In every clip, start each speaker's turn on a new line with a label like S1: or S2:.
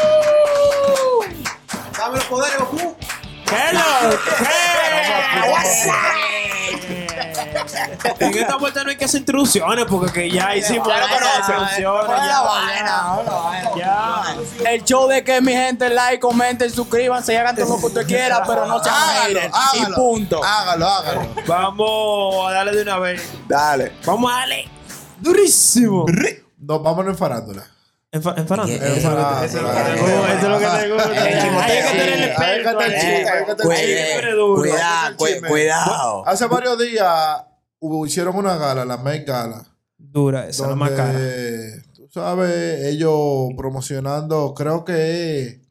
S1: Eh, En esta vuelta no hay que hacer introducciones porque que ya hicimos
S2: Claro que no.
S1: las introducciones.
S2: Hola,
S1: ya.
S2: vaina, hola, vaina.
S1: Ya.
S3: El show de que mi gente like, comenten, suscríbanse y hagan todo lo que usted quiera, pero no se
S2: Hágalo,
S3: miren. Y
S2: hágalo.
S3: punto.
S2: Hágalo, hágalo.
S1: Vamos a darle de una vez.
S2: Dale.
S1: Vamos a darle durísimo.
S4: No, vámonos en farándula.
S1: Enfa- Enfanando.
S2: Eh,
S4: farándula.
S2: eso es
S1: Eso es lo que te- eso es lo que te gusta.
S2: Ah,
S1: Hay que tener el
S2: chimoteo.
S1: experto. eh.
S4: Ahí está el
S1: ahí.
S4: chiste, ahí está el
S1: Güey,
S4: chiste.
S1: que eres duro.
S2: Cuidado,
S4: Cuidado,
S2: cu-
S4: cuidado. Hace varios días hubo- hicieron una gala, la Met Gala.
S1: Dura esa, la más cara.
S4: donde, Tú sabes, ellos promocionando, creo que es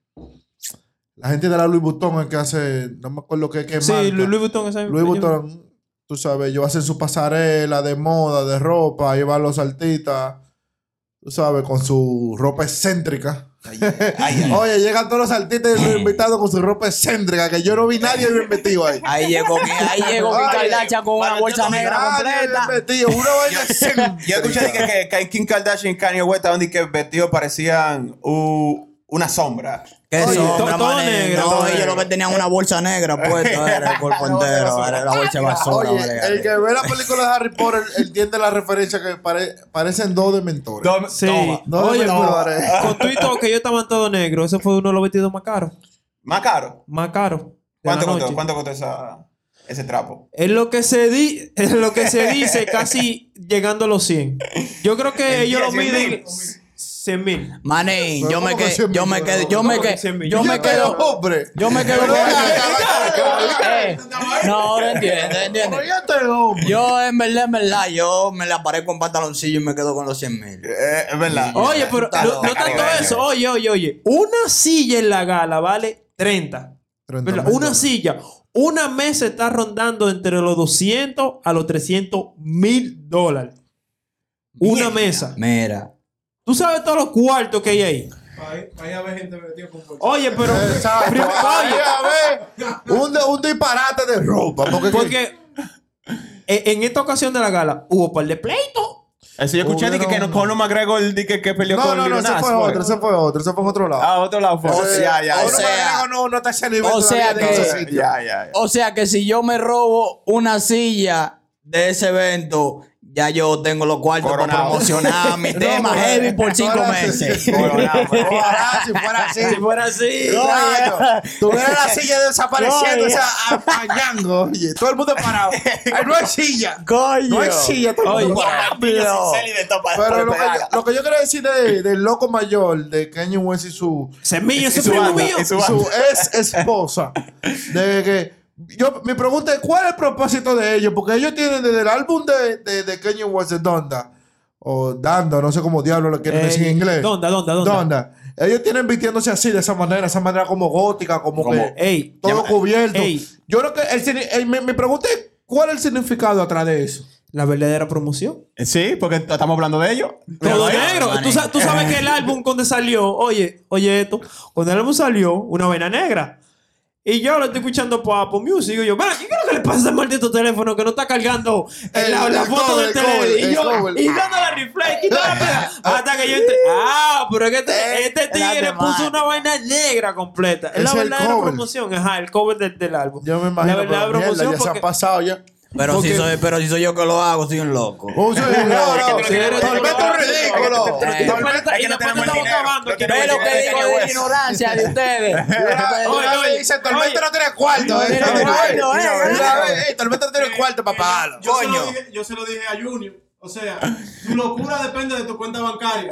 S4: la gente de la Louis Vuitton es que hace, no me acuerdo qué, qué
S1: Sí,
S4: marca.
S1: Lu- Louis Vuitton. esa-
S4: Louis Vuitton, tú sabes, ellos hacen su pasarela de moda, de ropa, ahí van los artistas, tú sabes, con su ropa excéntrica.
S2: ay, ay.
S4: Oye, llegan todos los artistas y los invitados con su ropa excéntrica, que yo no vi nadie bien metido ahí.
S2: Ahí llegó mi,
S3: Ahí llegó mi
S4: Ay,
S3: Kardashian con una
S5: para
S3: bolsa
S5: entonces,
S3: negra
S4: Nadie bien
S3: completa.
S4: metido, una vaina excéntrica.
S5: Yo escuché de que, que, que Kim Kardashian y Kanye West estaban de que vestidos parecían uh, una sombra.
S2: Que
S1: Oye,
S2: sombra,
S1: todo- todo
S2: mané.
S1: negro,
S2: No,
S1: todo
S2: ellos
S1: negro.
S2: lo que tenían una bolsa negra puesta era el cuerpo entero, era la bolsa de basura.
S4: Oye,
S2: vale,
S4: el
S2: vale.
S4: que ve la película de Harry Potter entiende la referencia que pare- parecen dos dementores.
S5: Dom-
S1: Sí.
S5: Toma.
S4: No,
S1: Oye,
S4: no,
S1: pero
S4: no.
S1: con tu y todo que yo estaban todo negro. Ese fue uno de los vestidos más caros.
S5: Más caro.
S1: Más caro. de la
S5: ¿Cuánto
S1: noche.
S5: costó, ¿Cuánto costó esa, ese trapo?
S1: Es lo que se di, es lo que se dice casi llegando a los 100. Yo creo que
S5: El
S1: ellos lo
S5: 10, 100
S1: miden
S5: mil.
S1: 100 mil.
S2: Manín, yo
S4: Pero
S2: me
S4: ¿cómo que
S2: quedo,
S4: cien
S2: yo me
S4: millones?
S2: quedo, yo me
S1: ¿Cómo que cien
S2: quedo, yo
S1: millones?
S2: me
S4: Yo quedo
S2: quedo,
S4: pobre.
S2: yo me quedo.
S4: este Pero,
S2: Eh, No, no entiendo, entiendo.
S4: Pero yo estoy hombre.
S2: Yo, en verdad, en verdad, yo me la paré con pantaloncillo y me quedo con los 100 mil.
S5: Eh, es verdad.
S1: Oye, pero
S2: Está
S1: no, no
S2: loco.
S1: tanto eso. Oye, oye, oye. Una silla en la gala vale 30.
S4: 30
S1: ¿verdad?
S4: mil
S1: Una
S4: dólares.
S1: silla. Una mesa está rondando entre los 200 a los 300 mil dólares. Una mesa.
S2: Mira.
S1: Tú sabes todos los cuartos que hay ahí.
S6: Vaya a ver gente metida con bolsa.
S1: Oye, pero.
S4: Exacto.
S1: Prim-
S4: Ahí,
S1: oye,
S4: a ver, un, de- un disparate de ropa. Porque,
S1: Porque e- en esta ocasión de la gala hubo un par de pleitos.
S5: Eso yo escuché de que, que no, Conor McGregor de que, que peleó
S4: no,
S5: con pues.
S4: no, no,
S5: Lil
S4: ese
S5: Nas,
S4: fue
S5: fue.
S4: otro, ese fue otro, ese fue en otro lado.
S5: Ah, otro lado fue.
S2: O sea,
S5: ya,
S2: o
S4: Ahora
S5: ya,
S2: sea,
S4: Mariano no, no está ese nivel
S2: o
S4: todavía
S2: sea
S4: de
S2: que-
S4: ese
S5: ya,
S4: sitio.
S5: ya, ya.
S2: O sea que si yo me robo una silla de ese evento, ya yo tengo los cuartos para
S5: Coronado.
S2: promocionar mi tema
S4: pero-
S2: heavy por cinco
S4: Ahora sí.
S2: meses.
S5: Coronado.
S4: Ojalá, si fuera así.
S1: fuera así.
S4: Exacto. Tuviera la silla desapareciendo,
S1: No,
S4: o sea, apañando. Oye, todo el mundo parado. Ay, no hay silla.
S2: Coño.
S4: No hay silla, todo el
S1: Oye,
S4: mundo parado. Pero lo que, yo, lo que yo quiero decir de- del loco mayor de Kanye West y su,
S1: Semillo, ese
S5: su
S1: primo
S5: banda,
S1: mío.
S5: y su-
S4: su ex esposa, de que yo, mi pregunta es cuál es el propósito de ellos, porque ellos tienen desde el álbum de, de, de Kanye West de Donda, o Danda, no sé cómo diablo lo quieren decir
S1: Eh,
S4: en inglés.
S1: ¿Dónde, dónde, dónde?
S4: Donda. Ellos tienen vistiéndose así, de esa manera, esa manera como gótica, como,
S5: Como-
S4: que
S1: Ey,
S4: todo cubierto.
S1: eh, Ey.
S4: Yo creo que el, signi- el- mi, mi pregunta es cuál es el significado atrás de eso.
S1: la verdadera promoción.
S5: Sí, porque t- estamos hablando de ellos.
S1: Todo
S2: vaya,
S1: negro.
S2: mané.
S1: Tú, sa- tú sabes que el álbum cuando salió, oye, oye esto, cuando el álbum salió, una vena negra. Y yo lo estoy escuchando por Apple Music. Y yo, "Mira, ¿qué creo que le pasa al maldito teléfono que no está cargando el-
S4: El-
S1: la, la
S4: el
S1: foto del
S4: cover, el cover,
S1: teléfono? Y
S4: el
S1: yo,
S4: cover.
S1: y dándole replay, quitándole la pena, Hasta que yo entré. Ah, pero es que este,
S2: Eh,
S1: este tigre
S2: la
S1: puso una
S2: temática.
S1: vaina negra completa. Es,
S4: Es
S1: la
S4: el
S1: verdadera
S4: cover.
S1: promoción. Ajá, el cover del, del álbum.
S4: Yo me imagino
S1: La verdadera
S4: pero, mierda,
S1: promoción.
S4: ya se
S1: porque-
S4: han pasado ya.
S2: Pero si,
S4: Porque-
S2: soy, pero si soy yo que lo hago, soy un loco.
S4: Oh, sí, no, no.
S1: Sí, eres-
S4: Tormento ridículo.
S2: Eh,
S1: Tormento-
S5: es
S1: y
S5: que no
S1: después
S5: tenemos
S1: te
S5: el
S1: estamos
S5: dinero,
S1: acabando,
S5: no
S1: que
S2: Ve
S5: tenemos
S2: lo
S5: el
S2: que digo de la ignorancia de ustedes.
S1: Oye,
S4: Una
S1: oye,
S4: vez dice, Tormento
S1: oye.
S4: no tiene cuarto. eh".
S2: tiene
S4: Una
S2: cuarto, eh,
S4: vez,
S2: eh.
S4: una vez, "Ey, Tormento no tiene cuarto para pagarlo.
S6: Yo se, lo
S2: Coño.
S6: dije, yo se lo dije a Junior. O sea, tu locura depende de tu cuenta bancaria.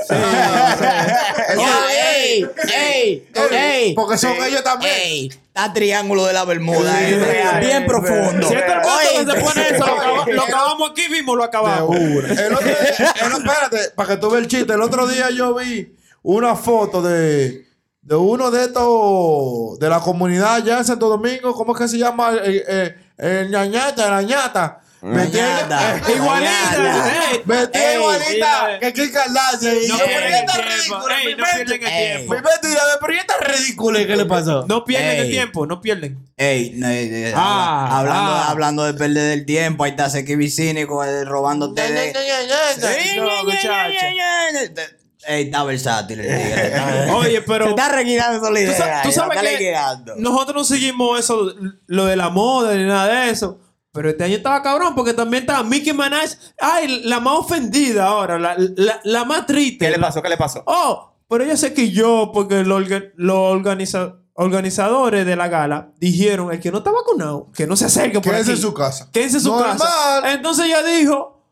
S2: Oye, ¡Ey! ¡Ey! ¡Ey!
S4: Porque son ellos también.
S2: ¡Ey! Está triángulo de la Bermuda. eh. Bien profundo.
S1: Si este es el
S2: Oye,
S1: punto que se pone eso, lo, acaba-
S4: Oye.
S1: lo acabamos aquí mismo, lo
S4: De
S1: acabamos.
S4: una. El otro día- el- espérate, para que tú veas el chiste. El otro día yo vi una foto de, de uno de estos de la comunidad allá en Santo Domingo. ¿Cómo es que se llama? Eh, eh, el ñañata, la ñata.
S2: Ñata.
S4: Metida- eh,
S1: Igualita. eh.
S4: Metida
S2: Ey,
S4: igualita
S1: mira.
S4: que Kim Kardashian. Y
S1: No
S4: yo, pero
S1: pierden el
S4: esta
S1: tiempo.
S4: ridícula,
S1: ey,
S4: mi
S1: No
S4: mente-
S1: pierden el
S2: Ey.
S1: tiempo.
S4: mi mente dirá, pero esta ridícula, ¿qué le pasó?
S1: No pierden el
S2: Ey.
S1: tiempo, no pierden.
S2: Ey, no, eh, eh,
S1: Ah,
S2: habla- hablando,
S1: ah.
S2: hablando de perder el tiempo, ahí está Sequibicini eh, robándote de.
S4: Ña, ña, ña, ña, ña.
S1: No, muchacho.
S2: Te- Ey, está versátil el tigre. está-
S1: Oye, pero.
S2: Ah. Se está reguinando solito.
S1: Tú, sa- tú sabes que nosotros no seguimos eso, lo de la moda ni nada de eso. Pero este año estaba cabrón porque también estaba Mickey Manage. Ay, la más ofendida ahora, la, la- la más triste.
S5: ¿Qué le pasó? ¿Qué le pasó?
S1: Oh, pero ella se quilló porque los orga- los organiza- organizadores de la gala dijeron: el que no está vacunado, que no se acerque por
S4: Quédese
S1: aquí.
S4: en su casa.
S1: Quédense en su
S4: Normal.
S1: casa. Entonces ella dijo,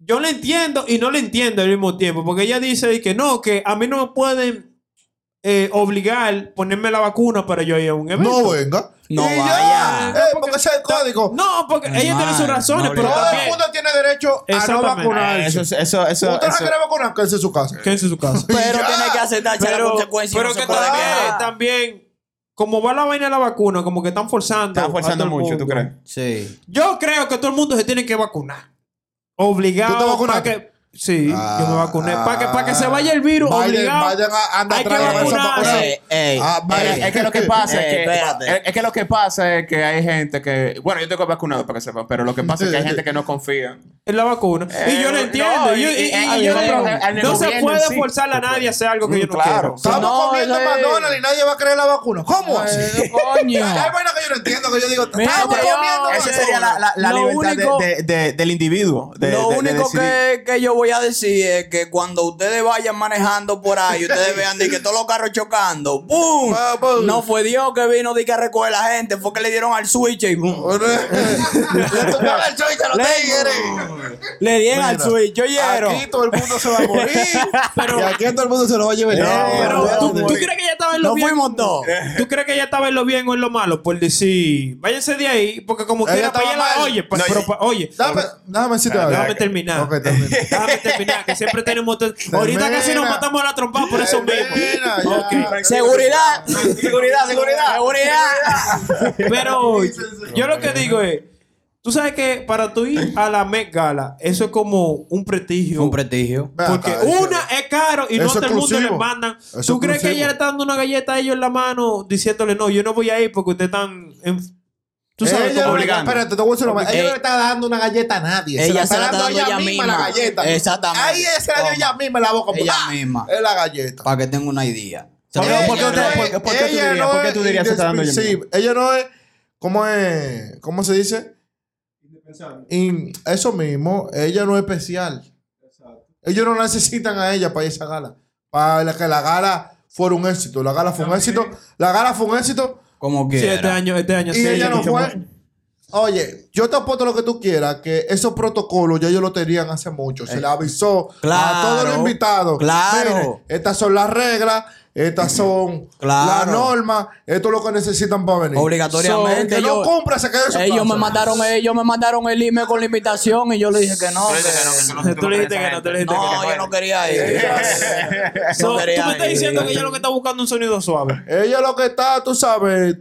S1: yo le entiendo y no le entiendo al mismo tiempo, porque ella dice que no, que a mí no me pueden eh, obligar ponerme la vacuna para yo ir a un evento.
S4: No venga.
S2: No
S4: Y ya.
S2: vaya.
S4: Eh, porque ese es el código.
S1: No, porque ella
S2: Normal,
S1: tiene sus razones,
S2: no
S1: pero
S4: Todo el
S1: también
S4: mundo tiene derecho a no
S1: Exactamente.
S4: vacunarse.
S5: Eso, es- eso, eso.
S4: ¿Usted no
S5: eso-
S4: quiere vacunar? Quédese en su casa.
S1: quédense en su casa.
S2: Pero
S4: Ya.
S2: tiene que aceptar ya la
S1: pero
S2: consecuencia.
S1: pero
S2: no se
S1: que
S2: puede
S1: también,
S2: viajar.
S1: también, como va la vaina de la vacuna, como que están forzando.
S5: Están
S1: a todo
S5: forzando
S1: el
S5: mucho,
S1: mundo.
S5: ¿tú crees?
S2: Sí.
S1: Yo creo que todo el mundo se tiene que vacunar. Obligado.
S4: ¿Tú te vacunaste?
S1: pa' que- sí, yo me vacuné.
S4: Ah,
S1: para que, pa' que se vaya el virus,
S4: Biden-
S1: obligado.
S4: Biden a- anda
S1: Hay que
S4: atrás de la persona
S1: vacunarse.
S4: vacunada.
S2: Ey, ey,
S4: Ah, vaya.
S2: ey.
S4: Eh,
S5: Es que lo que pasa
S2: Eh,
S5: es que
S2: espérate.
S5: es- es que lo que pasa es que hay gente que bueno yo estoy vacunado para que sepan pero lo que pasa es que hay gente que no confía
S1: Es la vacuna. y yo lo
S5: no,
S1: entiendo.
S5: y-
S1: y yo-
S5: y-
S1: y- y
S5: y-
S1: yo
S5: y-
S1: digo,
S5: al- al
S1: no se
S5: gobierno
S1: puede
S5: en sí.
S1: forzar a nadie a hacer algo que yo no
S5: claro.
S1: quiero.
S4: Estamos
S2: No,
S4: comiendo
S2: eso es-
S4: McDonald's y nadie va a creer la vacuna. ¿Cómo así?
S2: Eh, coño.
S4: Hay vainas que yo no entiendo, que yo digo,
S2: Mira,
S4: estamos
S2: pero-
S4: comiendo
S5: esa sería la, la- la
S2: Lo
S5: libertad de-
S2: único-
S5: de- de- del individuo de-
S2: Lo
S5: de- de
S2: único
S5: decidir.
S2: que, que yo voy a decir es que cuando ustedes vayan manejando por ahí, ustedes vean de que todos los carros chocando, ¡boom!
S4: Ah, boom.
S2: No fue Dios que vino de que a recoger la gente, fue que le dieron al switch y ¡boom!
S4: eh, Le tocaba el choice a los tigres.
S2: Le dieron al
S4: Mira,
S2: switch, oyeron.
S4: Aquí todo el mundo se va a morir. y aquí todo el mundo se lo va a llevar.
S2: No,
S1: Eh, Pero,
S2: no,
S1: ¿tú,
S2: no,
S1: tú
S2: no.
S1: crees que ella estaba en lo
S2: No
S1: bien?
S2: fuimos dos.
S1: ¿Tú crees que ella estaba en lo bien o en lo malo? Por decir, váyanse de ahí, porque como
S4: Ella
S1: quiera, pa'
S4: estaba
S1: ella la-
S4: mal.
S1: oye, pa-
S5: No,
S1: pero
S5: y-
S1: pa- oye,
S4: Dame, déjame decirte algo.
S1: déjame terminar.
S4: Ok, termina.
S1: Déjame terminar, que siempre tenemos. to- Ahorita casi nos matamos a la trompa por eso
S4: Termina,
S1: mismo.
S4: Eh, ya.
S1: Ok.
S2: Seguridad, seguridad, seguridad, seguridad.
S1: Pero yo lo que digo es, tú sabes que para tú ir a la Met Gala, eso es como un prestigio.
S2: prestigio.
S4: Ven
S1: porque
S4: acá,
S1: una es caro y no a
S4: Eso
S1: todo el mundo le
S4: exclusivo.
S1: mandan.
S4: Eso
S1: ¿Tú crees que
S4: exclusivo.
S1: ella le está dando una galleta a ellos en la mano diciéndole no, yo no voy a ir porque ustedes están. en- Tú sabes cómo
S4: Ella no le-
S1: obligando.
S4: Espérate, te voy a decir una vaina. Ella
S2: Ey.
S4: no le está dando una galleta a nadie.
S2: Ella
S4: se la está dando ella misma la galleta.
S2: Exactamente.
S4: Ahí ella se la dio
S2: Toma.
S4: ella misma en la boca.
S2: Ella
S4: Ah,
S2: misma.
S4: Es la galleta.
S2: Para que tenga una idea.
S5: Pero, ¿por qué usted-
S4: Ella no
S5: por
S4: es-
S5: qué- por qué tú
S4: ella
S5: dirías?
S4: no
S5: ¿Por qué
S4: es
S5: tú dirías que está dando ella
S4: indispensable. Ella no es. ¿Cómo es? ¿Cómo se dice?
S6: Indispensable.
S4: In- eso mismo. Ella no es especial.
S6: Exacto.
S4: Ellos no necesitan a ella para esa gala. Para la que la gala fuera un éxito. La gala fue un éxito. La gala fue un éxito.
S2: Como
S1: Sí, este
S2: que.
S1: año, este año.
S4: Y
S1: sí,
S4: ella no
S1: mucho más.
S4: fue. Oye, yo te apuesto lo que tú quieras, que esos protocolos ya ellos lo tenían hace mucho. Se le avisó a
S2: Eh, Claro,
S4: todos los invitados.
S2: claro.
S4: Miren, estas son las reglas, estas son
S2: Claro.
S4: las normas, esto es lo que necesitan para venir.
S2: Obligatoriamente,
S4: So, el que no
S2: yo-
S4: cumpla se queda en su
S2: Ellos
S4: casa.
S2: me mandaron, ellos me mandaron el email con la invitación y yo le dije que no.
S1: Tú le dijiste que no, tú le dijiste que
S2: No, yo no quería ir.
S1: So,
S2: No
S1: tú
S2: quería
S1: me estás
S2: ir.
S1: diciendo que ella lo que está buscando es un sonido suave.
S4: Ella lo que está, tú sabes,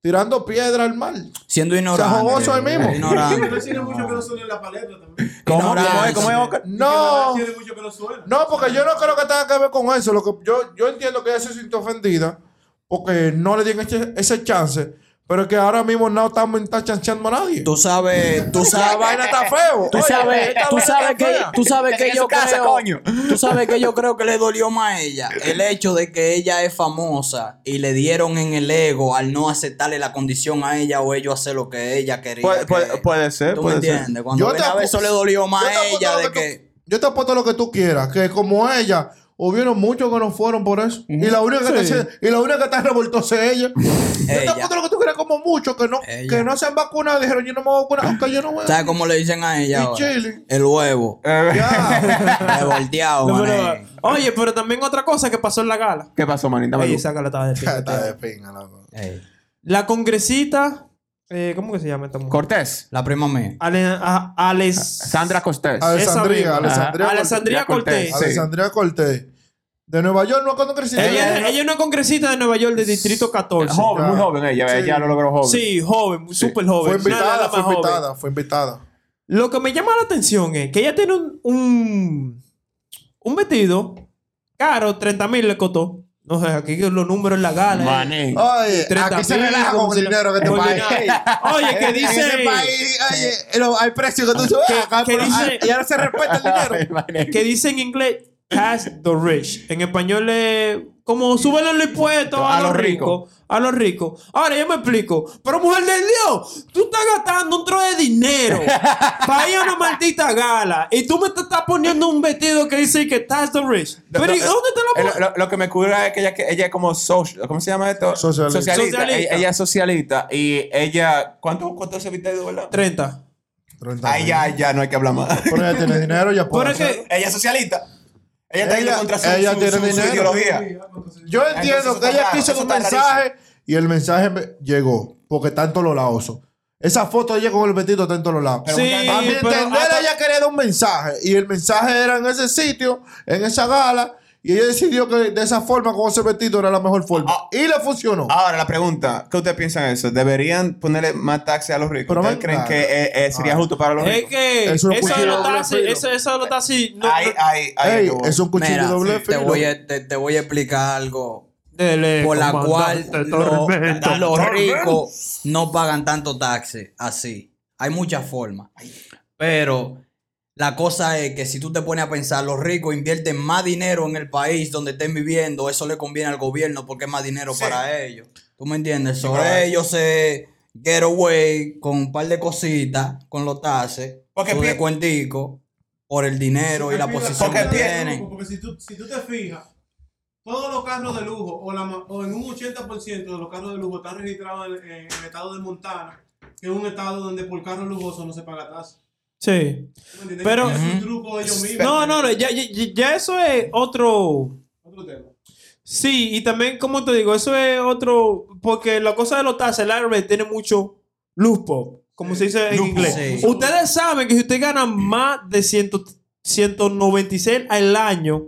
S4: tirando piedra al mar.
S2: Siendo ignorante.
S4: jogoso ahí mismo.
S6: Pero
S2: Ignorante.
S6: no tiene mucho que no suene en la paleta también.
S2: ¿Cómo? ¿Cómo es? ¿Cómo es?
S5: Oscar?
S4: No.
S6: Tiene mucho que no suena.
S4: No, porque yo no creo que tenga que ver con eso. Lo que yo, yo entiendo que ella se sintió ofendida porque no le dieron ese, ese chance. Pero es que ahora mismo no estamos está chanceando a nadie.
S2: Tú sabes, tú
S4: La
S2: sabes.
S4: vaina está feo.
S2: Tú
S4: Oye,
S2: sabes,
S4: esta
S2: tú
S4: vaina
S2: sabes
S4: está
S2: que,
S4: fea.
S2: tú sabes que
S5: en
S2: yo
S5: su casa,
S2: creo,
S5: coño.
S2: tú sabes que yo creo que le dolió más a ella el hecho de que ella es famosa y le dieron en el ego al no aceptarle la condición a ella o ellos hacer lo que ella quería.
S5: Puede-
S4: Pues,
S2: que-
S5: puede- puede ser,
S2: ¿Tú
S5: puede
S2: me
S5: ser.
S2: entiendes? Cuando
S4: Yo te
S2: viene a ver,
S4: apu-
S2: eso le dolió más
S4: yo te
S2: a
S4: apuesto
S2: ella
S4: lo
S2: de
S4: que
S2: que
S4: tú- yo te apuesto lo que tú quieras, que como ella, hubieron muchos que no fueron por eso. y, la única que se- y la única que está revoltosa es ella. Yo te
S2: Ella.
S4: apuesto lo que tú quieras, como muchos que no,
S2: Ella.
S4: que no se han vacunado. Dijeron, yo no me voy a vacunar, aunque yo no voy a
S2: ¿Sabes cómo le dicen a ella?
S4: Y
S2: ahora?
S4: chile.
S2: El huevo.
S5: Eh,
S4: Ya.
S2: Revolteado,
S1: No, pero-
S2: mané.
S1: oye, pero también otra cosa que pasó en la gala.
S5: ¿Qué pasó, manita?
S1: Oye,
S5: Malú?
S1: esa gala estaba de pinga,
S4: Está de
S1: tío.
S4: pinga, loco.
S2: Ey,
S1: La congresita, eh, ¿cómo que se llama esta mujer?
S5: Cortés.
S2: La prima mía.
S1: Ale- a- Alex.
S5: Sandra
S1: ver.
S5: Cortés.
S1: misma.
S4: Alessandría, Alessandría.
S1: Ajá.
S4: Cortés.
S1: Alessandría Cortés.
S5: Sí.
S4: Alexandria Cortés. De Nueva York, no cuando crecí.
S1: Ella, ella es una congresista de Nueva York del distrito 14.
S5: Eh, Joven, muy joven ella.
S4: Sí.
S5: Ella lo logró joven.
S1: Sí, joven, súper joven.
S4: fue
S1: Nada,
S4: invitada,
S1: la
S4: fue
S1: más joven.
S4: invitada, fue invitada.
S1: Lo que me llama la atención es que ella tiene un, un, un vestido caro, 30 mil le costó. No sé, aquí los números en la gala. eh.
S5: Manín.
S4: Oye,
S1: 30
S4: aquí se
S1: mil,
S4: relaja
S1: como
S4: con
S1: si
S4: el
S1: la-
S4: dinero que te
S1: con
S4: pague.
S1: dinero. Oye, que
S4: En ese
S1: dice
S4: país, oye, lo- hay precios que tú subes.
S1: que
S4: Ah, Y
S1: dice-
S4: ahora se respeta el dinero.
S5: Manín.
S1: que dice en inglés Tax the rich. En español es como súbele los impuestos a, los ricos. A los ricos. Ahora yo me explico. Pero mujer del Dios, tú estás gastando un tro de dinero para ir a una maldita gala. Y tú me te estás poniendo un vestido que dice que tax the rich.
S5: Lo-
S1: Pero ¿y
S5: lo-
S1: dónde te lo
S5: eh, lo, lo- lo que me cura es que ella, que ella es como social, ¿cómo se llama esto?
S4: Socialista.
S1: Socialista.
S5: Ella, ella es socialista y ella, ¿cuánto, cuánto se viste de verdad?
S1: 30.
S5: Ahí ya, ya no hay que hablar más.
S4: Pero ella tiene dinero, ya puede.
S1: Pero es
S4: hacerlo.
S1: que
S5: Ella es socialista. Ella está
S4: Ella-
S5: yendo contra su,
S4: ella
S5: su-
S4: tiene
S5: su- su
S4: dinero.
S5: ideología.
S4: Yo entiendo
S5: eso
S4: que
S5: está
S4: ella
S5: raro,
S4: quiso
S5: eso
S4: un
S5: está
S4: mensaje y el mensaje me- llegó. Porque está en todos lados. eso. Esa foto de ella con el vestido está en todos lados.
S1: Pero Sí,
S4: a mi
S1: pero
S4: entender,
S1: hasta-
S4: ella quería dar un mensaje. Y el mensaje era en ese sitio, en esa gala. Y ella decidió que de esa forma, con ese vestido, era la mejor forma.
S5: Ah.
S4: y le funcionó.
S5: Ahora, la pregunta, ¿qué ustedes piensan de eso? ¿Deberían ponerle más taxes a los ricos?
S4: Pero
S5: ¿Ustedes
S4: ven
S5: creen
S4: acá. Ah.
S5: que eh, eh, sería justo para los
S1: es
S5: ricos?
S1: que
S4: Es
S1: eso
S4: un
S1: de
S4: cuchillo
S1: los
S4: doble
S1: taxis,
S4: filo.
S1: eso, eso de los taxis, no,
S5: Ahí,
S1: no-
S5: ahí, ahí.
S4: Ey,
S5: es que voy.
S4: es un cuchillo
S2: Mira,
S4: doble
S2: te
S4: filo.
S2: voy, a, te, te voy a explicar algo
S1: Dele,
S2: por la cual
S1: comandante
S2: lo-
S1: Tormenta.
S2: los ricos no pagan tanto taxes así. Hay muchas formas. Pero la cosa es que si tú te pones a pensar, los ricos invierten más dinero en el país donde estén viviendo, eso le conviene al gobierno porque es más dinero para ellos. ¿Tú me entiendes? Sobre ellos se get away con un par de cositas, con los taxes,
S5: Porque
S2: su
S5: pi-
S2: descuentico, por el dinero y la posición
S5: porque
S2: que
S5: pi-
S2: tienen.
S6: Porque si tú, si tú te fijas, todos los carros de lujo, o, la ma- o en un 80% de los carros de lujo, están registrados en, en el estado de Montana, que es un estado donde por carro lujoso no se paga tasa.
S1: Sí.
S6: ¿Tú me entiendes?
S1: Pero-
S6: es un truco de ellos mismos.
S1: No, no, no, ya, ya, ya eso es otro.
S6: Otro tema.
S1: Sí, y también, como te digo, eso es otro. Porque la cosa de los taxes, el IRS tiene mucho lupo, como se dice en
S5: Loophole.
S1: inglés.
S2: Sí.
S1: Ustedes saben que si usted gana más de 100 196 al año,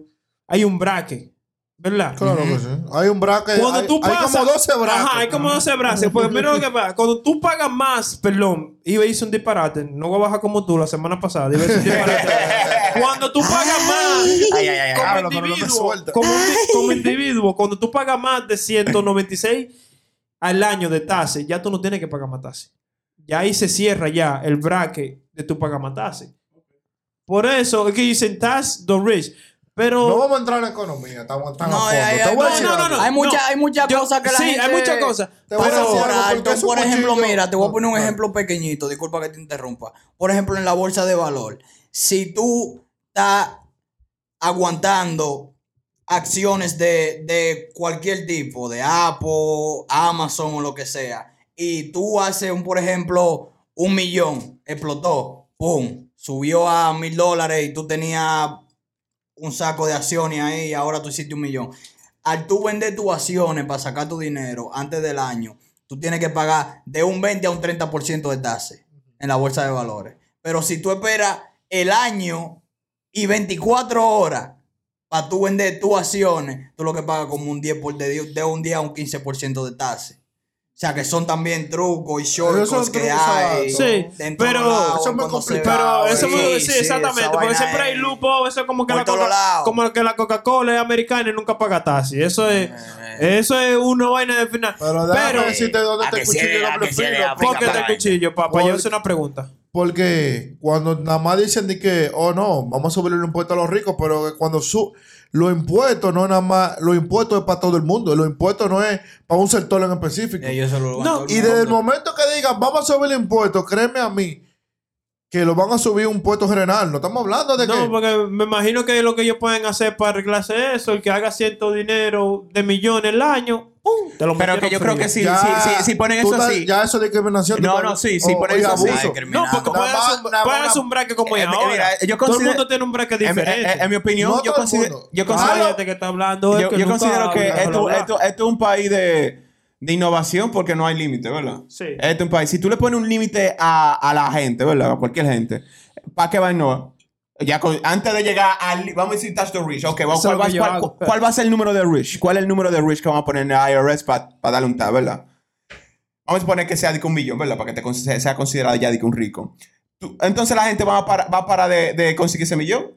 S1: hay un bracket, ¿verdad?
S4: Claro que sí. Hay un bracket.
S1: Cuando
S4: hay,
S1: tú
S4: hay
S1: pasas.
S4: como 12 brackets.
S1: Ajá, hay como 12 brazos. Porque mira lo que pasa. Cuando tú pagas más, perdón, iba a hice un disparate. No voy a bajar como tú la semana pasada. iba a decir un disparate. cuando tú pagas más.
S5: Ay, ay, ay, ay.
S1: Como,
S4: Hablo, pero no me
S1: individuo,
S4: suelta.
S1: como, indi- como individuo, cuando tú pagas más de 196 al año de tasa, ya tú no tienes que pagar más tasa. Ya ahí se cierra ya el bracket de tu pagas más tasa. Por eso es que dicen tax the rich. Pero.
S4: No vamos a entrar en economía. Estamos tan
S2: No,
S4: a fondo.
S2: hay- hay-
S4: Te voy a
S2: no,
S4: decir
S1: no, no,
S4: algo.
S1: no.
S2: Hay muchas hay muchas
S1: Yo-
S2: cosas que la
S1: sí,
S2: gente...
S1: hay muchas cosas.
S4: Te voy a
S2: Pasa
S4: decir
S2: por
S4: algo, porque
S2: alto.
S4: es un
S2: Por ejemplo,
S4: cuchillo. Ah,
S2: mira, te voy a poner un
S4: Claro.
S2: ejemplo pequeñito, disculpa que te interrumpa. Por ejemplo, en la bolsa de valor, si tú estás aguantando acciones de, de cualquier tipo, de Apple, Amazon o lo que sea, y tú haces, un, por ejemplo, un millón, explotó, ¡pum! Subió a mil dólares y tú tenías un saco de acciones ahí y ahora tú hiciste un millón. Al tú vender tus acciones para sacar tu dinero antes del año, tú tienes que pagar de un 20 a un 30% de tasa en la bolsa de valores. Pero si tú esperas el año y 24 horas para tú vender tus acciones, tú lo que pagas como un 10 por de, di- de un 10 a un 15% de tasa. O sea que son también trucos y
S4: Esos son
S2: shortcuts que
S4: trucos,
S2: hay.
S4: exacto.
S1: Sí,
S2: de en todos
S1: pero-
S2: lados,
S4: Eso es muy
S2: cuando se
S4: complicado,
S1: Pero
S2: va,
S1: eso
S4: sí,
S1: me- sí,
S2: esa
S1: exactamente. Porque
S2: vaina
S1: siempre hay
S2: es-
S1: lupo, eso es como que
S2: Por
S1: la
S2: todos
S1: Coca,
S2: lados.
S1: como que la Coca-Cola es americana y nunca paga taxi. Eso es,
S5: Eh.
S1: eso es una vaina de final.
S4: Pero
S1: Pero,
S4: déjame decirte dónde
S7: a
S4: está el
S7: que sí,
S4: cuchillo
S7: a
S4: doble
S7: que sí,
S4: filo.
S7: a-
S1: ¿por qué te este cuchillo, papá? Yo
S4: Porque-
S1: hice una pregunta.
S4: Porque cuando nada más dicen de que, oh no, vamos a subir los impuestos a los ricos, pero que cuando su los impuestos no es nada más, los impuestos es para todo el mundo, los impuestos no es para un sector en específico.
S2: Ellos se lo van
S1: No,
S2: todo el
S4: Y desde el
S2: mundo.
S4: momento que digan, vamos a subir el impuesto, créeme a mí, que lo van a subir un impuesto general. No estamos hablando de
S1: No,
S4: que.
S1: porque me imagino que lo que ellos pueden hacer para arreglarse eso, el que haga cierto dinero de millones al año, ¡pum! te lo
S5: Pero que
S1: metieron
S5: yo creo
S1: frío.
S5: que si,
S4: ya
S5: si, si, si ponen
S4: tú
S5: eso
S4: estás-
S5: así.
S4: Ya eso es discriminación.
S5: No,
S4: tú
S5: no,
S4: estás-
S5: sí, sí,
S4: o-
S5: ponen
S4: o es
S5: eso así.
S4: Oh, abuso.
S1: No, porque
S4: Nada
S1: puedes
S4: más-
S1: hacer,
S4: nada
S1: puedes
S4: más-
S1: hacer un bracket como
S5: Eh,
S1: es
S5: mira,
S1: ahora.
S5: yo Eh,
S1: todo el
S5: considero-
S1: mundo tiene un bracket
S5: En,
S1: diferente.
S5: en- en mi opinión,
S4: No
S5: yo,
S4: todo el
S5: considero,
S4: mundo.
S5: yo considero
S1: Cállate que está hablando él,
S5: yo,
S1: que
S5: yo
S1: nunca
S5: considero que
S1: habla,
S5: esto,
S1: bla, bla.
S5: esto, esto es un país de, de innovación porque no hay límite, ¿verdad?
S1: Sí.
S5: Este es un país. Si tú le pones un límite a, a la gente, ¿verdad? A cualquier gente, ¿para qué va a innovar? Ya con- antes de llegar al. li- Vamos a decir touch the rich. Ok, vamos,
S1: Eso es
S5: ¿cuál,
S1: lo que
S5: va,
S1: yo
S5: cuál-
S1: hago.
S5: cuál va a ser el número de rich? ¿Cuál es el número de rich que vamos a poner en el IRS para darle un tab, ¿verdad? Vamos a poner que sea de que un millón, ¿verdad? Para que te con- se- sea considerado ya de que un rico. Tú- entonces la gente va a parar, va a parar de, de conseguir ese millón,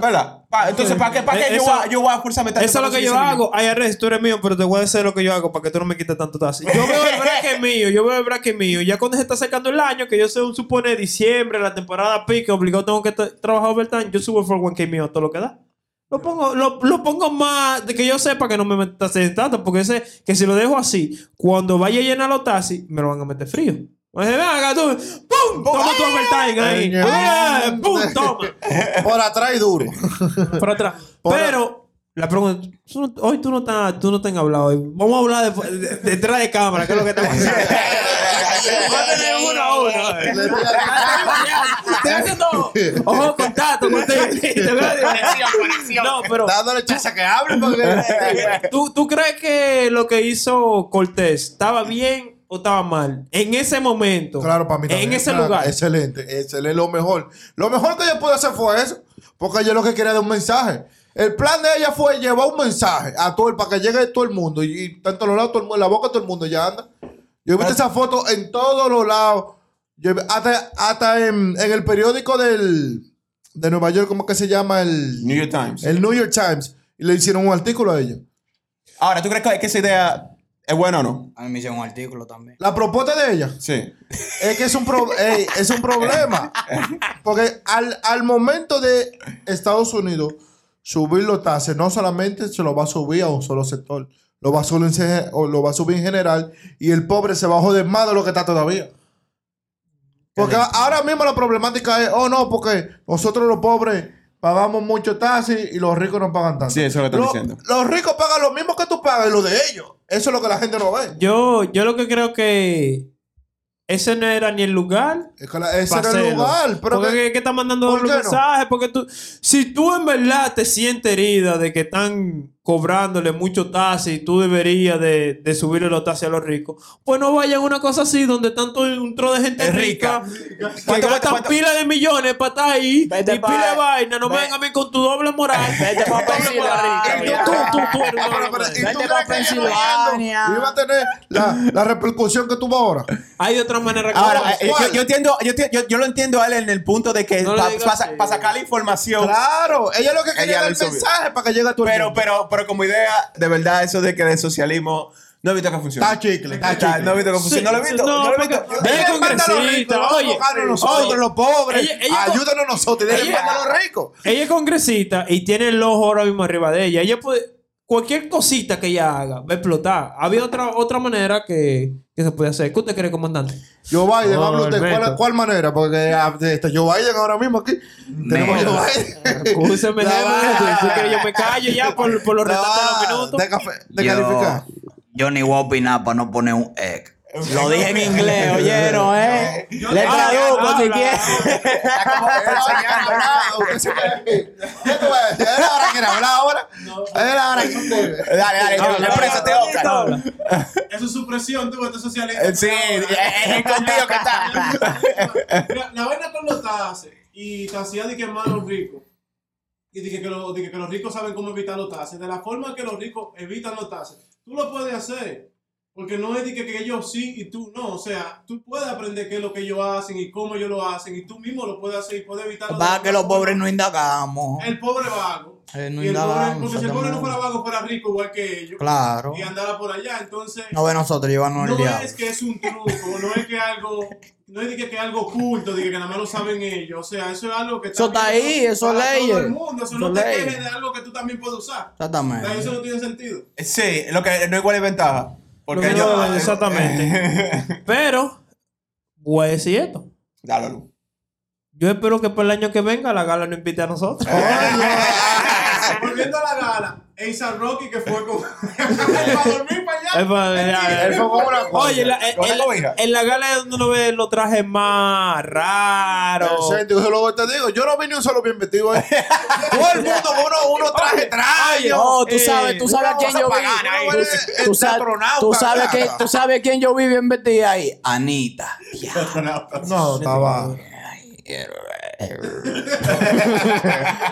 S5: ¿verdad? Pa- entonces, ¿para qué, para qué
S1: Eh,
S5: yo,
S1: eso-
S5: voy a- yo voy a forzarme tanto
S1: Eso es
S5: para
S1: lo que
S5: conseguir
S1: yo
S5: ese millón?
S1: hago. IRS, tú eres mío, pero te voy a decir lo que yo hago para que tú no me quites tanto taxi. Yo veo el bracket mío, yo veo el bracket mío. Ya cuando se está sacando el año, que yo sé, un supone diciembre, la temporada pica, obligado tengo que tra- trabajar overtime, yo subo el 401k mío, todo lo que da. Lo pongo, lo, lo pongo más de que yo sepa que no me metas en tanto, porque sé que si lo dejo así, cuando vaya a llenar los taxis, me lo van a meter frío. Me dice, "Ven acá tú, ¡pum! Toma tu overtime ahí.
S4: Coño.
S1: ¡Eh! ¡Pum! Toma.
S4: Por atrás y duro.
S1: Por atrás. Pero, la pregunta, tú no- hoy tú no estás, tú no te han hablado. hoy. Vamos a hablar después- de- de- detrás de cámara, que es lo que estamos haciendo. Vamos a tener uno a uno, eh.
S3: Estoy haciendo
S1: Ojo, contacto, contacto. No, pero
S7: Dándole chance a que hable porque.
S1: ¿tú, ¿tú crees que lo que hizo Cortés estaba bien o estaba mal? En ese momento.
S4: Claro, para mí también,
S1: En ese
S4: claro.
S1: lugar.
S4: Excelente, excelente, lo mejor. Lo mejor que ella pudo hacer fue eso, porque ella lo que quería era un mensaje. El plan de ella fue llevar un mensaje a todo el, para que llegue todo el mundo. Y, y tanto los lados, todo el mundo, en la boca de todo el mundo ya anda. Yo he visto esa foto en todos los lados. Yo he vi- hasta hasta en, en el periódico del, de Nueva York, ¿cómo que se llama? El,
S5: New York Times.
S4: el New York Times. Y le hicieron un artículo a ella.
S5: Ahora, ¿tú crees que, que esa idea es buena o no?
S2: A mí me hicieron un artículo también.
S4: La propuesta de ella
S5: Sí.
S4: Es que es un, pro- ey, es un problema. Porque al, al momento de Estados Unidos subir los taxes, no solamente se lo va a subir a un solo sector, lo va a subir en, se- o lo va a subir en general y el pobre se va a joder más de lo que está todavía. Porque a- ahora mismo la problemática es, oh no, porque nosotros los pobres pagamos mucho taxi y los ricos no pagan tanto.
S5: Sí, eso es lo que están
S4: Los-
S5: diciendo.
S4: Los ricos pagan lo mismo que tú pagas y lo de ellos. Eso es lo que la gente no ve.
S1: Yo, yo lo que creo que ese no era ni el lugar.
S4: Es que la- ese
S1: pa'
S4: era el
S1: hacerlo.
S4: lugar. Pero
S1: porque
S4: que-
S1: que, que está mandando
S4: ¿por
S1: doble
S4: qué no?
S1: mensaje. Porque tú, si tú en verdad te sientes herida de que están cobrándole mucho taxi y tú deberías de, de subirle los taxis a los ricos, pues no vayan a una cosa así donde tanto un tro de gente
S5: Es rica.
S1: rica, que
S5: ¿Cuánto-
S1: gastan
S5: cuánto-
S1: pila de millones para estar ahí
S3: Vete
S1: y
S3: pa-
S1: pila de vaina. No
S3: ve-
S1: me vengan a mí con tu doble moral.
S3: Vete pa'
S1: Tu doble moral.
S3: Pensilvania.
S1: Tú, tú, tú, eres
S4: Ah,
S1: una doble
S4: pero, pero, ¿y tú
S1: moral.
S3: Vete
S4: crees
S3: pa'
S4: que eso
S3: Pensilvania.
S4: no iba a tener la, la repercusión que tuvo ahora?
S1: Hay otra manera que
S5: Ahora,
S4: ¿Cuál?
S5: eh, yo, yo entiendo, yo, enti- yo- yo lo entiendo a él en el punto de que
S1: No le
S5: para
S1: digas así.
S5: sacar la información.
S4: Claro, ella lo que
S5: Ella
S4: quería era
S5: lo
S4: el
S5: hizo bien.
S4: mensaje para que llegue a tu
S5: Pero, pero, pero como idea, de verdad, eso de que el socialismo no he visto que funcione.
S4: Está chicle, está
S5: Está-
S4: chicle.
S5: No he visto que
S1: Sí,
S5: funcione. No lo he visto.
S1: no,
S5: No, lo he
S1: porque-
S5: visto.
S1: Ella
S5: Yo-
S1: es
S4: Denle manda a los ricos,
S1: congresista,
S4: vamos a
S1: oye.
S4: enfocarnos en nosotros,
S1: Oye.
S4: los pobres.
S1: Ella- ella-
S4: Ayúdanos nosotros. Denle
S1: ella-
S4: manda a los ricos.
S1: Ella es congresista y tiene el ojo ahora mismo arriba de ella. Ella puede. Cualquier cosita que ella haga va a explotar. Había otra, otra manera que, que se puede hacer. ¿Qué usted cree, comandante?
S4: Joe Biden,
S1: No,
S4: habla usted. ¿Cuál,
S1: Alberto.
S4: cuál manera? Porque ah, está Joe Biden ahora mismo aquí. Tenemos
S2: Menos.
S4: Joe Biden.
S1: Escúcheme,
S4: La
S1: jefe,
S4: va-
S1: ¿tú crees que yo me callo ya por, por los
S4: la
S1: restantes
S4: va-
S1: de los minutos.
S4: De, café, de
S2: Yo-
S4: calificar.
S2: Yo ni voy a opinar para no poner un egg.
S3: Lo dije en inglés, oyeron, ¿eh? Le traduzco si quieres.
S7: Está como enseñando nada.
S4: ¿Qué se puede? ¿Qué te voy a decir? ¿Es la hora que quiere hablar ahora? ¿Es la hora que quiere?
S5: Dale, dale,
S1: Habla, habla,
S5: exprésate,
S1: habla,
S5: Oscar.
S1: habla.
S6: Eso es supresión, tú, este socialista.
S5: Eh, Sí, eh, eh, es contigo que está.
S6: Mira, la vaina con los taxes y taxía de que más los ricos. Y de que, que lo- de que- que los ricos saben cómo evitar los taxes. De la forma que los ricos evitan los taxes, tú lo puedes hacer. Porque no es de que, que ellos sí y tú no. O sea, tú puedes aprender qué es lo que ellos hacen y cómo ellos lo hacen. Y tú mismo lo puedes hacer y puedes evitar
S2: Para que los pobres no indagamos.
S6: El pobre vago.
S2: Eh, no
S6: Y el pobre,
S2: indagamos.
S6: porque si el pobre no fuera
S2: exactamente.
S6: vago, fuera rico igual que ellos.
S2: Claro.
S6: Y andara por allá. Entonces,
S2: No ve nosotros llevarnos el
S6: no
S2: diablo.
S6: es que es un truco, no es que algo, no es de que, que algo oculto, de que, que nada más lo saben ellos. O sea, eso es algo que
S2: Eso está ahí,
S6: abierto
S2: eso es
S6: para
S2: leyes.
S6: Todo el mundo, eso, no
S2: Eso
S6: te
S2: es leyes.
S6: quejes de algo que tú también puedes usar. O sea, eso
S2: Exactamente.
S6: no tiene sentido.
S5: Sí, lo que no igual es ventaja. Porque
S1: Lo que
S5: yo.
S1: no, exactamente. Pero, voy a decir esto.
S5: Eh, Dale, Lu.
S1: Yo espero que para el año que venga la gala no invite a nosotros.
S4: Eh.
S6: Volviendo a la gala, Asa Rocky que fue con. para dormir para allá.
S1: Es para-
S4: Él fue como una cosa.
S1: Oye, la- eh,
S5: Con la
S1: en,
S5: cobija.
S1: en la gala es donde uno ve los trajes más raros.
S4: Presente, yo luego te digo, yo no vi ni un solo bien vestido ahí. Todo el mundo con uno, uno traje traje.
S3: No, tú
S1: eh,
S3: sabes, tú sabes a quién yo vi.
S4: ahí.
S3: Tú-
S4: Eres
S3: Tú, sabes,
S4: teatronauta,
S3: tú sabes que,
S4: claro.
S3: tú sabes quién yo vi bien vestida ahí. Anita.
S4: No, estaba. No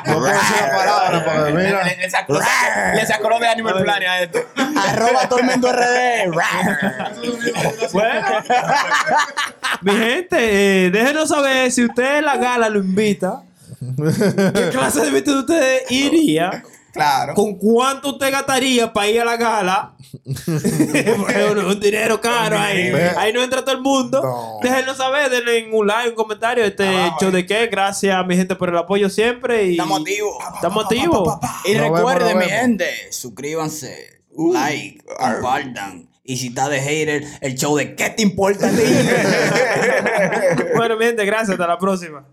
S4: puedo decir la palabra porque
S5: Le,
S4: mira.
S5: le- le sacó, le sacó de Animal Planet a esto.
S3: Arroba todo el mundo RD. Rar.
S1: Bueno. Mi gente, eh, déjenos saber si usted en la gala lo invita. ¿Qué clase de vestido usted iría?
S5: Claro.
S1: ¿Con cuánto usted gastaría para ir a la gala? Es un, un dinero caro ahí.
S4: Ve.
S1: Ahí no entra todo el mundo.
S4: No.
S1: Déjenlo saber, denle en un like, un comentario. Este show de qué. Gracias, mi gente, por el apoyo siempre. Y
S2: Estamos activos.
S1: Estamos activos.
S2: Y
S4: Nos vemos,
S2: recuerden,
S4: nos
S2: mi
S4: vemos.
S2: gente, suscríbanse, like, compartan. Y si está de hater, el show de ¿Qué te importa? a ti?
S1: Bueno, mi gente, gracias. Hasta la próxima.